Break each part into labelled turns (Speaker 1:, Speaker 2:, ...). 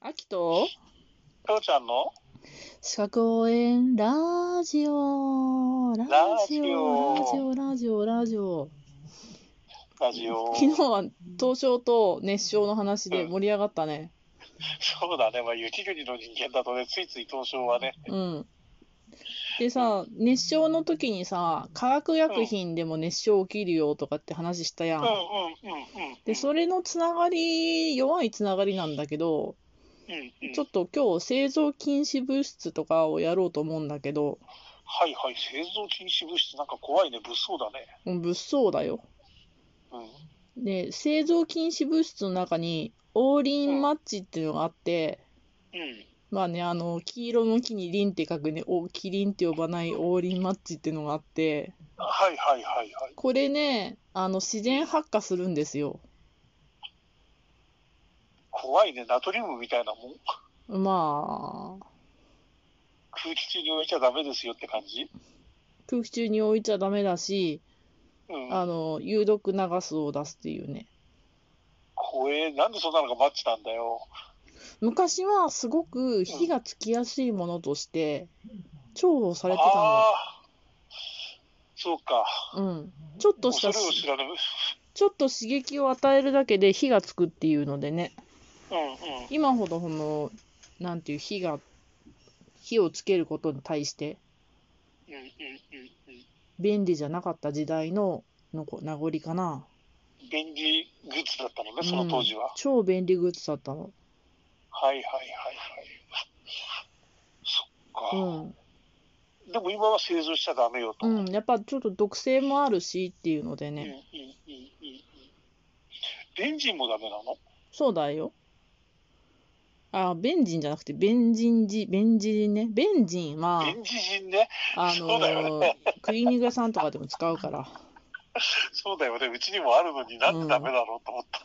Speaker 1: あきと
Speaker 2: クロちゃんの
Speaker 1: 四角応援ラジオラジオラ
Speaker 2: ラ
Speaker 1: ジ
Speaker 2: ジ
Speaker 1: オラジオラジオ
Speaker 2: ラジオ。
Speaker 1: 昨日は東証と熱唱の話で
Speaker 2: うん
Speaker 1: 盛り上がったね
Speaker 2: そうだね、まあ、雪国の人間だとね、ついつい東証はね、
Speaker 1: うんでさ熱唱の時にさ化学薬品でも熱唱起きるよとかって話したや
Speaker 2: うんんうんうんうん。
Speaker 1: でそれのつながり弱いつながりなんだけど
Speaker 2: うんうん、
Speaker 1: ちょっと今日製造禁止物質とかをやろうと思うんだけど
Speaker 2: はいはい、製造禁止物質、なんか怖いね、物騒だね。
Speaker 1: もう物騒だよ
Speaker 2: うん、
Speaker 1: で製造禁止物質の中にオーリンマッチっていうのがあって、
Speaker 2: うん、
Speaker 1: まあねあの黄色の木にリンって書くねおキリンって呼ばないオーリンマッチっていうのがあって
Speaker 2: はいはいはいはい。
Speaker 1: これねあの自然発火するんですよ
Speaker 2: 怖いね、ナトリウムみたいなもん。
Speaker 1: まあ
Speaker 2: 空気中に置いちゃダメですよって感じ。
Speaker 1: 空気中に置いちゃダメだし
Speaker 2: うん、
Speaker 1: あの有毒なガスを出すっていうね
Speaker 2: 怖え、なんでそんなのがマッチなんだよ。
Speaker 1: 昔はすごく火がつきやすいものとして重宝されてた
Speaker 2: ああ、そうか。
Speaker 1: のうんちょっとした
Speaker 2: 恐れを
Speaker 1: し
Speaker 2: 知らぬ。うん
Speaker 1: ちょっと刺激を与えるだけで火がつくっていうのでね、
Speaker 2: うん。
Speaker 1: 今ほどこの、なんていう、火が、火をつけることに対して
Speaker 2: うんうんうんうん。
Speaker 1: 便利じゃなかった時代ののこ名残かな。
Speaker 2: 便利グッズだったのね、その当時は。
Speaker 1: 超便利グッズだったの。
Speaker 2: はいはいはいはい。そっ
Speaker 1: う
Speaker 2: か。
Speaker 1: ん。
Speaker 2: でも今は製造しちゃダメよと。
Speaker 1: うん。やっぱちょっと毒性もあるしっていうので
Speaker 2: うんうんう
Speaker 1: ね。
Speaker 2: んうんうんベンジンもダメなの
Speaker 1: そうだよ。あ、ベンジンじゃなくて、ベンジンジ、ベンジンね。ベンジンは
Speaker 2: ベ、ンジジンね。
Speaker 1: あ
Speaker 2: そうだよ
Speaker 1: の、クリーニング屋さんとかでも使うから。
Speaker 2: そうだよね。うちにもあるのになんでダメだろうと思った。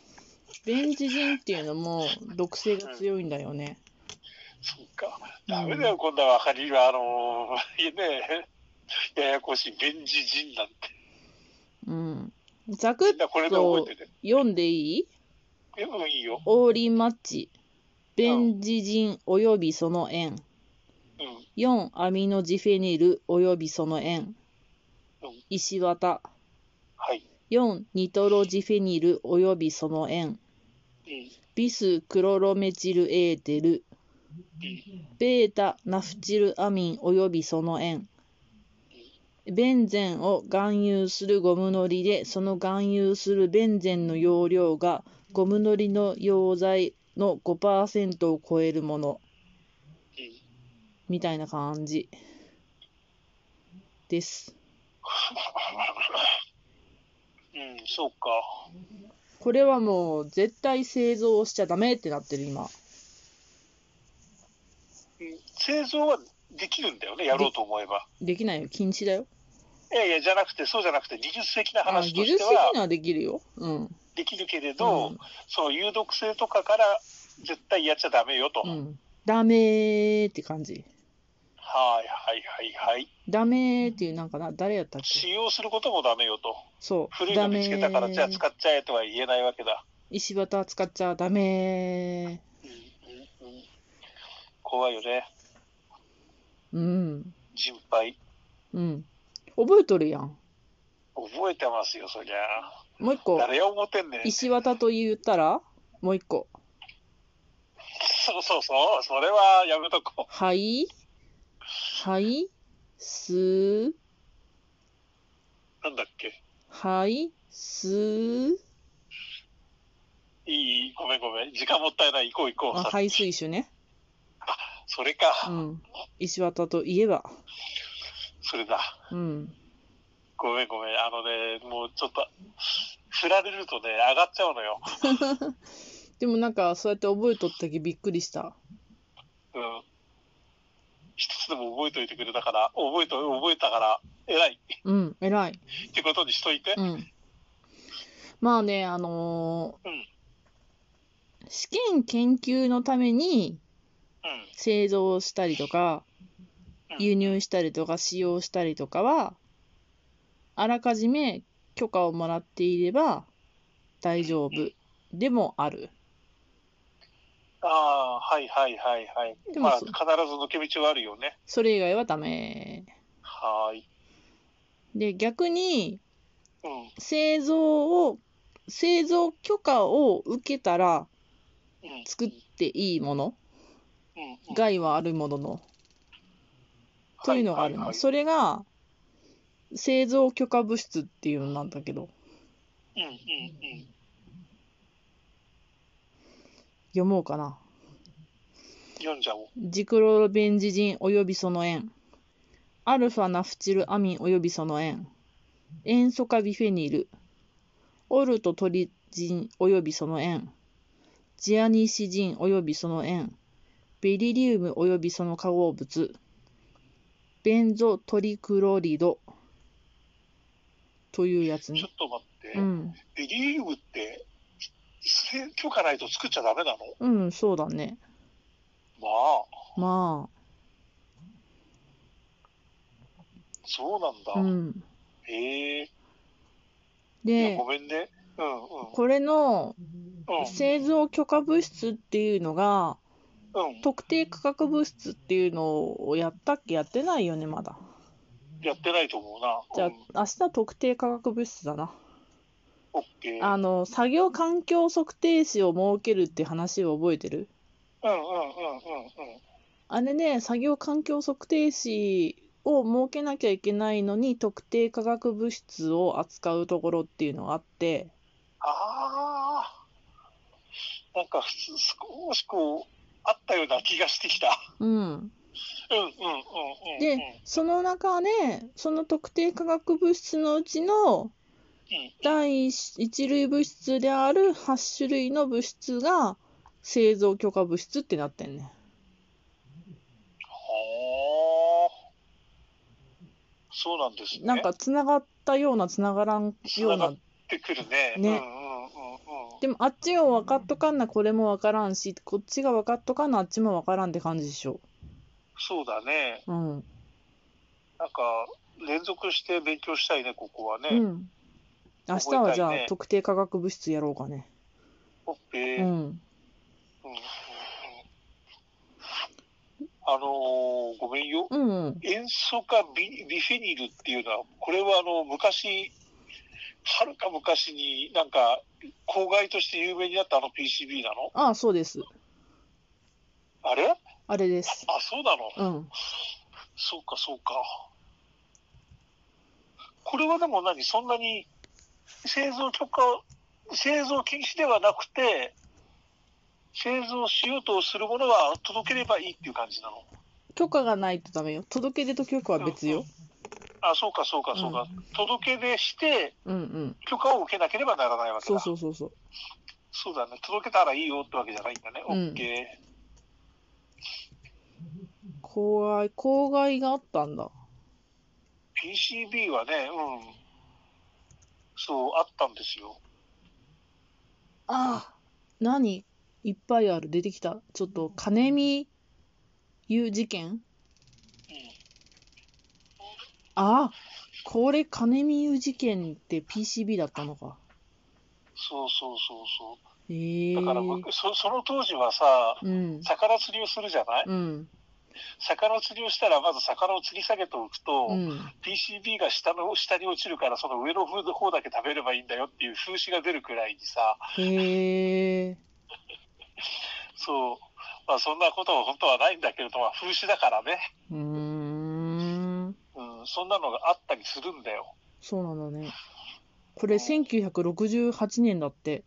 Speaker 1: ベンジジンっていうのも毒性が強いんだよね。
Speaker 2: そっか。ダメだよ、こんなわかりは、あの ー、いいね。ややこしい。ベンジジンなんて。
Speaker 1: うん。ザク
Speaker 2: み
Speaker 1: ッ
Speaker 2: んなこれで覚えてね。
Speaker 1: 読んでいい
Speaker 2: え、うん、いいよ。
Speaker 1: オーリンマッチ。ベンジジンおよびその塩。
Speaker 2: うん。
Speaker 1: 4アミノジフェニルおよびその塩
Speaker 2: うん。
Speaker 1: 石綿。
Speaker 2: はい。
Speaker 1: 4ニトロジフェニルおよびその塩。
Speaker 2: うん。
Speaker 1: ビスクロロメチルエーテル。
Speaker 2: うん。
Speaker 1: ベータナフチルアミンおよびその塩。ベンゼンを含有するゴムのりで、その含有するベンゼンの容量がゴムのりの溶剤の5%を超えるもの
Speaker 2: うん
Speaker 1: みたいな感じです。
Speaker 2: うん、そうか。
Speaker 1: これはもう絶対製造しちゃダメってなってる今。
Speaker 2: うん製造はできるんだよね、やろうと思えば。
Speaker 1: できないよ、禁止だよ。
Speaker 2: いやいや、じゃなくて、そうじゃなくて、技術的な
Speaker 1: あ
Speaker 2: 話と
Speaker 1: 技
Speaker 2: し
Speaker 1: 術
Speaker 2: て
Speaker 1: 的に
Speaker 2: は
Speaker 1: はできるよ。うん。
Speaker 2: できるけれど、
Speaker 1: う
Speaker 2: その有毒性とかから絶対やっちゃダメよと。
Speaker 1: ん。う
Speaker 2: はい
Speaker 1: ん、ダメーって感じ。
Speaker 2: はいはいはい。
Speaker 1: ダメーっていう、なんかな、誰やったっけ
Speaker 2: 使用することもダメよと。
Speaker 1: そ
Speaker 2: 古
Speaker 1: う、
Speaker 2: い
Speaker 1: ダ
Speaker 2: の
Speaker 1: メ
Speaker 2: 見つけたから、じゃあ
Speaker 1: ー。
Speaker 2: 使っちゃえとは言えないわけだ。
Speaker 1: 石綿使っちゃダメ
Speaker 2: うんうんうん、怖いよね、
Speaker 1: ー。うん。
Speaker 2: 心配。
Speaker 1: うん。覚えとるやん。
Speaker 2: 覚えてますよ、そりゃ。
Speaker 1: もう一個、
Speaker 2: 誰を思ってんねん。
Speaker 1: 石綿と言ったら、もう一個、
Speaker 2: そうそうそう、それはやめとこう。
Speaker 1: はい、はい、す、
Speaker 2: なんだっけ。
Speaker 1: はい、す、
Speaker 2: いいいい、ごめんごめん。時間もったいない。行こう行こう。
Speaker 1: あ
Speaker 2: さ
Speaker 1: 排水種ね。
Speaker 2: それか、
Speaker 1: うん。石綿といえば。
Speaker 2: それだ。
Speaker 1: うん。
Speaker 2: ごめんごめん。あのね、もうちょっと、振られるとね、上がっちゃうのよ。
Speaker 1: でもなんか、そうやって覚えとったきびっくりした。
Speaker 2: うん。一つでも覚えておいてくれたから、覚えと、覚えたから、偉い。
Speaker 1: うん、偉い。
Speaker 2: ってことにしといて。
Speaker 1: うん。まあね、あのー
Speaker 2: うん
Speaker 1: 試験研究のために
Speaker 2: うん。
Speaker 1: 製造したりとか、
Speaker 2: うん
Speaker 1: 輸入したりとか使用したりとかはあらかじめ許可をもらっていれば大丈夫
Speaker 2: うん
Speaker 1: でもある
Speaker 2: ああー、はいはいはいはい。
Speaker 1: でも
Speaker 2: まあ、
Speaker 1: そ
Speaker 2: 必ず抜け道はあるよね。
Speaker 1: それ以外はダメ。
Speaker 2: はーい。
Speaker 1: で、逆に、
Speaker 2: うん。
Speaker 1: 製造を、製造許可を受けたら
Speaker 2: うん、
Speaker 1: 作っていいもの、
Speaker 2: うんうん
Speaker 1: 害はあるものの、というのがある
Speaker 2: はいは
Speaker 1: の。
Speaker 2: い
Speaker 1: それが、製造許可物質っていうのなんだけど、
Speaker 2: はいうんうんうん。
Speaker 1: 読もうかな。
Speaker 2: 読んじゃおう。
Speaker 1: ジクロロベンジジンおよびその塩。アルファナフチルアミンおよびその塩。塩素化ビフェニル。オルトトリジンおよびその塩。ジアニシジンおよびその塩。ベリリウムおよびその化合物。ベンゾトリクロリド。というやつ
Speaker 2: ちょ
Speaker 1: ね
Speaker 2: っ。と待って。
Speaker 1: うん。
Speaker 2: ベリウムって、せ許可ないと作っちゃダメなの
Speaker 1: うん、そうだね。
Speaker 2: まあ、
Speaker 1: ま
Speaker 2: そうなんだ。
Speaker 1: あ。うん。
Speaker 2: へえ。いや
Speaker 1: で
Speaker 2: ご、めんね。うんうん。
Speaker 1: これの
Speaker 2: うん
Speaker 1: 製造許可物質っていうのが、
Speaker 2: うん。
Speaker 1: 特定価格物質っていうのをやったっけやってないよねまだ
Speaker 2: やってないと思うな。
Speaker 1: じゃ
Speaker 2: う
Speaker 1: あ明
Speaker 2: ん、
Speaker 1: 日特定価格物質だな
Speaker 2: オッケー。
Speaker 1: あの作業環境測定士を設けるって話を覚えてる
Speaker 2: うんうんうんうんうん。
Speaker 1: あれね作業環境測定士を設けなきゃいけないのに特定化学物質を扱うところっていうのがあって
Speaker 2: ああ。なんか、ふつ少しこう、あったような気がしてきた。
Speaker 1: うん
Speaker 2: うんうんうんうんうん。
Speaker 1: で
Speaker 2: うん
Speaker 1: その中でその特定化学物質のうちの第一類物質である8種類の物質が製造許可物質ってなってんね。
Speaker 2: はあ。そうなんですね。
Speaker 1: なんかつながったようなつながらんよう
Speaker 2: 繋が
Speaker 1: な
Speaker 2: っ。てくるね。
Speaker 1: ね
Speaker 2: うんうんうんうん。
Speaker 1: でもあっちが分かっとかんなこれも分からんしこっちが分かっとかんなあっちも分からんって感じでしょ。
Speaker 2: そうだね。
Speaker 1: うん。
Speaker 2: なんか、連続して勉強したいね、ここはね。
Speaker 1: うん。明日はじゃあ
Speaker 2: 覚えたいね
Speaker 1: 特定化学物質やろうかね。
Speaker 2: オッケ
Speaker 1: う
Speaker 2: ー。
Speaker 1: ん。
Speaker 2: うんうんうんあのーごめんよ。
Speaker 1: うんうん。
Speaker 2: 塩素化ビビフェニルっていうのは、これはあの昔、はるか昔になんか、公害として有名になったあの PCB なの
Speaker 1: ああ、そうです。
Speaker 2: あれあ、
Speaker 1: あれです。
Speaker 2: そうなの
Speaker 1: うん。
Speaker 2: そうか、そうか。これはでも何そんなに製造許可、製造禁止ではなくて、製造しようとするものは届ければいいっていう感じなの
Speaker 1: 許可がないとダメよ。届け出と許可は別よ。
Speaker 2: あ、そうか、そうか、そうか。届け出して、
Speaker 1: うんうん。
Speaker 2: 許可を受けなければならないわけだ。
Speaker 1: そうそうそうそう。
Speaker 2: そうだね。届けたらいいよってわけじゃないんだね。
Speaker 1: うん
Speaker 2: オッケ
Speaker 1: 公害、公害があったんだ。
Speaker 2: ー。PCB はね、うん。そう、あったんですよ。
Speaker 1: ああ、何いっぱいある。出てきた。ちょっと、金見いう事件ああ、これ金見いう事件って PCB だったのか。
Speaker 2: そうそうそうそ
Speaker 1: ええ
Speaker 2: う。だから、
Speaker 1: ー。
Speaker 2: そその当時はさ、
Speaker 1: うん、
Speaker 2: 魚釣りをするじゃない
Speaker 1: うん、
Speaker 2: 魚釣りをしたら、まず魚を吊り下げておくと、
Speaker 1: うん。
Speaker 2: PCB が下の、下に落ちるから、その上の方だけ食べればいいんだよっていう風刺が出るくらいにさ、
Speaker 1: へえ。
Speaker 2: そう、まあ、そんなことは本当はないんだけれども、風刺だからね、
Speaker 1: うーん。
Speaker 2: うん、そんなのがあったりするんだよ。
Speaker 1: そうなんだね。これ1968年だって。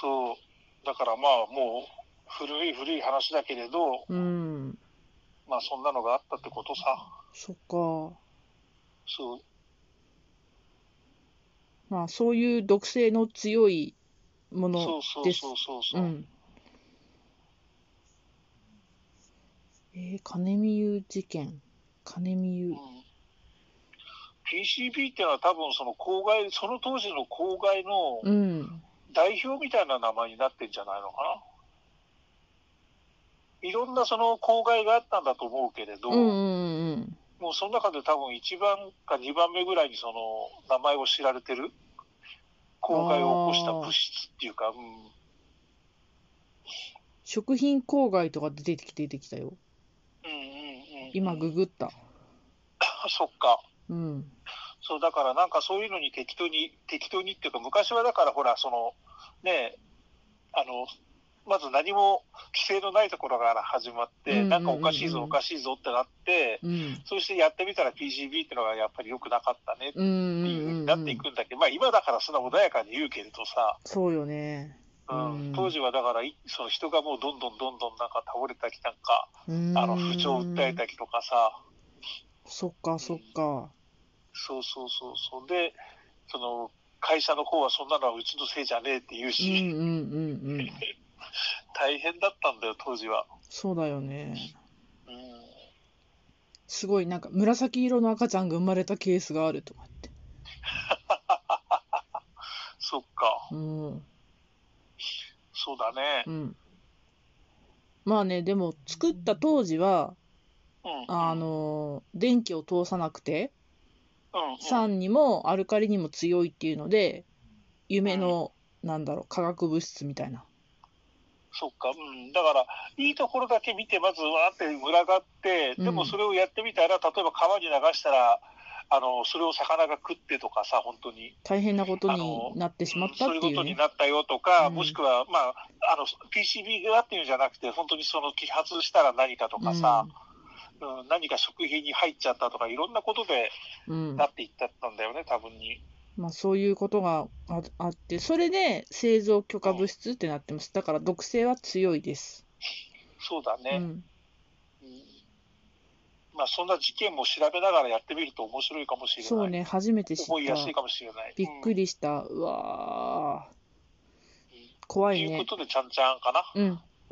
Speaker 2: そう、だからまあ、もう古い古い話だけれど、
Speaker 1: うん。
Speaker 2: まあ、そんなのがあったってことさ。
Speaker 1: そっか。
Speaker 2: そう、
Speaker 1: まあ、そういう毒性の強いも
Speaker 2: そ
Speaker 1: の
Speaker 2: うそう
Speaker 1: です
Speaker 2: そうそう
Speaker 1: う
Speaker 2: そう。
Speaker 1: ん。えー、金見優事件。金見
Speaker 2: う
Speaker 1: 優
Speaker 2: ん。PCB っていうのは多分その公害、その当時の公害の
Speaker 1: うん。
Speaker 2: 代表みたいな名前になってんじゃないのかな。いろんなその公害があったんだと思うけれど、
Speaker 1: うんうんうん。
Speaker 2: もうその中で多分1番か2番目ぐらいにその名前を知られてる、公害を起こした物質っていうか、うん、
Speaker 1: 食品郊外とか出てきて出てきたよ。
Speaker 2: うんうんうん。
Speaker 1: 今ググった。
Speaker 2: そっか。
Speaker 1: うん。
Speaker 2: そう、だからなんかそういうのに適当に、適当にっていうか、昔はだからほら、その、ねえ、あの、まず何も規制のないところから始まっ
Speaker 1: うんうん
Speaker 2: て、
Speaker 1: うん
Speaker 2: なんかおかしいぞ、おかしいぞってなって、
Speaker 1: うん。
Speaker 2: そしてやってみたら PGB ってのがやっぱり良くなかったねって
Speaker 1: うんうん
Speaker 2: いう
Speaker 1: う
Speaker 2: ふう
Speaker 1: んう
Speaker 2: に
Speaker 1: ん。
Speaker 2: なっていくんだけど、まあ今だからそんな穏やかに言うけれどさ、
Speaker 1: そうよね。
Speaker 2: うん
Speaker 1: うん
Speaker 2: 当時はだからい、その人がもうどんどんどんどんなんか倒れたりなんか、
Speaker 1: あ
Speaker 2: あの、不調を訴えた
Speaker 1: り。
Speaker 2: りとかさ、
Speaker 1: そっかそっか。
Speaker 2: そうそうそうそう。で、その、会社の方はそんなのはうちのせいじゃねえって
Speaker 1: う
Speaker 2: 言う
Speaker 1: んう
Speaker 2: し、
Speaker 1: んうんうん。
Speaker 2: 大変だったんだよ、当時は。
Speaker 1: そうだよね。
Speaker 2: うん。
Speaker 1: すごいなんか紫色の赤ちゃんが生まれたケースがあるとかって。
Speaker 2: そっか。
Speaker 1: うん。
Speaker 2: そうだね
Speaker 1: う。ん。まあね、でも作った当時は、
Speaker 2: うん。
Speaker 1: あ、のー電気を通さなくて、
Speaker 2: うんうん、
Speaker 1: 酸にもアルカリにも強いっていうので、夢の、なんだろう、化学物質みたいな。
Speaker 2: そっか。うん。だから、いいところだけ見て、まずわーって群がって、で
Speaker 1: う
Speaker 2: も
Speaker 1: ん
Speaker 2: それをやってみたら、例えば川に流したら、あの、それを魚が食ってとかさ、本当に。
Speaker 1: 大変なこと
Speaker 2: あの
Speaker 1: になってしまったっ
Speaker 2: うんそうい
Speaker 1: て
Speaker 2: う
Speaker 1: い
Speaker 2: こ
Speaker 1: う
Speaker 2: とに
Speaker 1: ね。
Speaker 2: なったよとか、
Speaker 1: うん
Speaker 2: もしくは、まあ、あの、PCB がっていうんじゃなくて、本当にその揮発したら何かとかさ、うん何か食品に入っちゃったとか、いろんなことで
Speaker 1: うん、うん
Speaker 2: なっていっちゃったんだよね、多分に。
Speaker 1: まあ、そういうことがああって、それで製造許可物質ってなってます。だから毒性は強いです。
Speaker 2: そうだ
Speaker 1: う
Speaker 2: ね。
Speaker 1: ん、
Speaker 2: うんまあ、そんな事件も調べながらやってみると面白いかもしれない。
Speaker 1: そうね、初めて知っ
Speaker 2: 覚えやすい
Speaker 1: た。
Speaker 2: かもしれない。
Speaker 1: びっく
Speaker 2: り。
Speaker 1: りした。うわー
Speaker 2: うん
Speaker 1: 怖
Speaker 2: と
Speaker 1: い
Speaker 2: いうこ
Speaker 1: ね。
Speaker 2: とで、ちゃんちゃんかな。
Speaker 1: うん、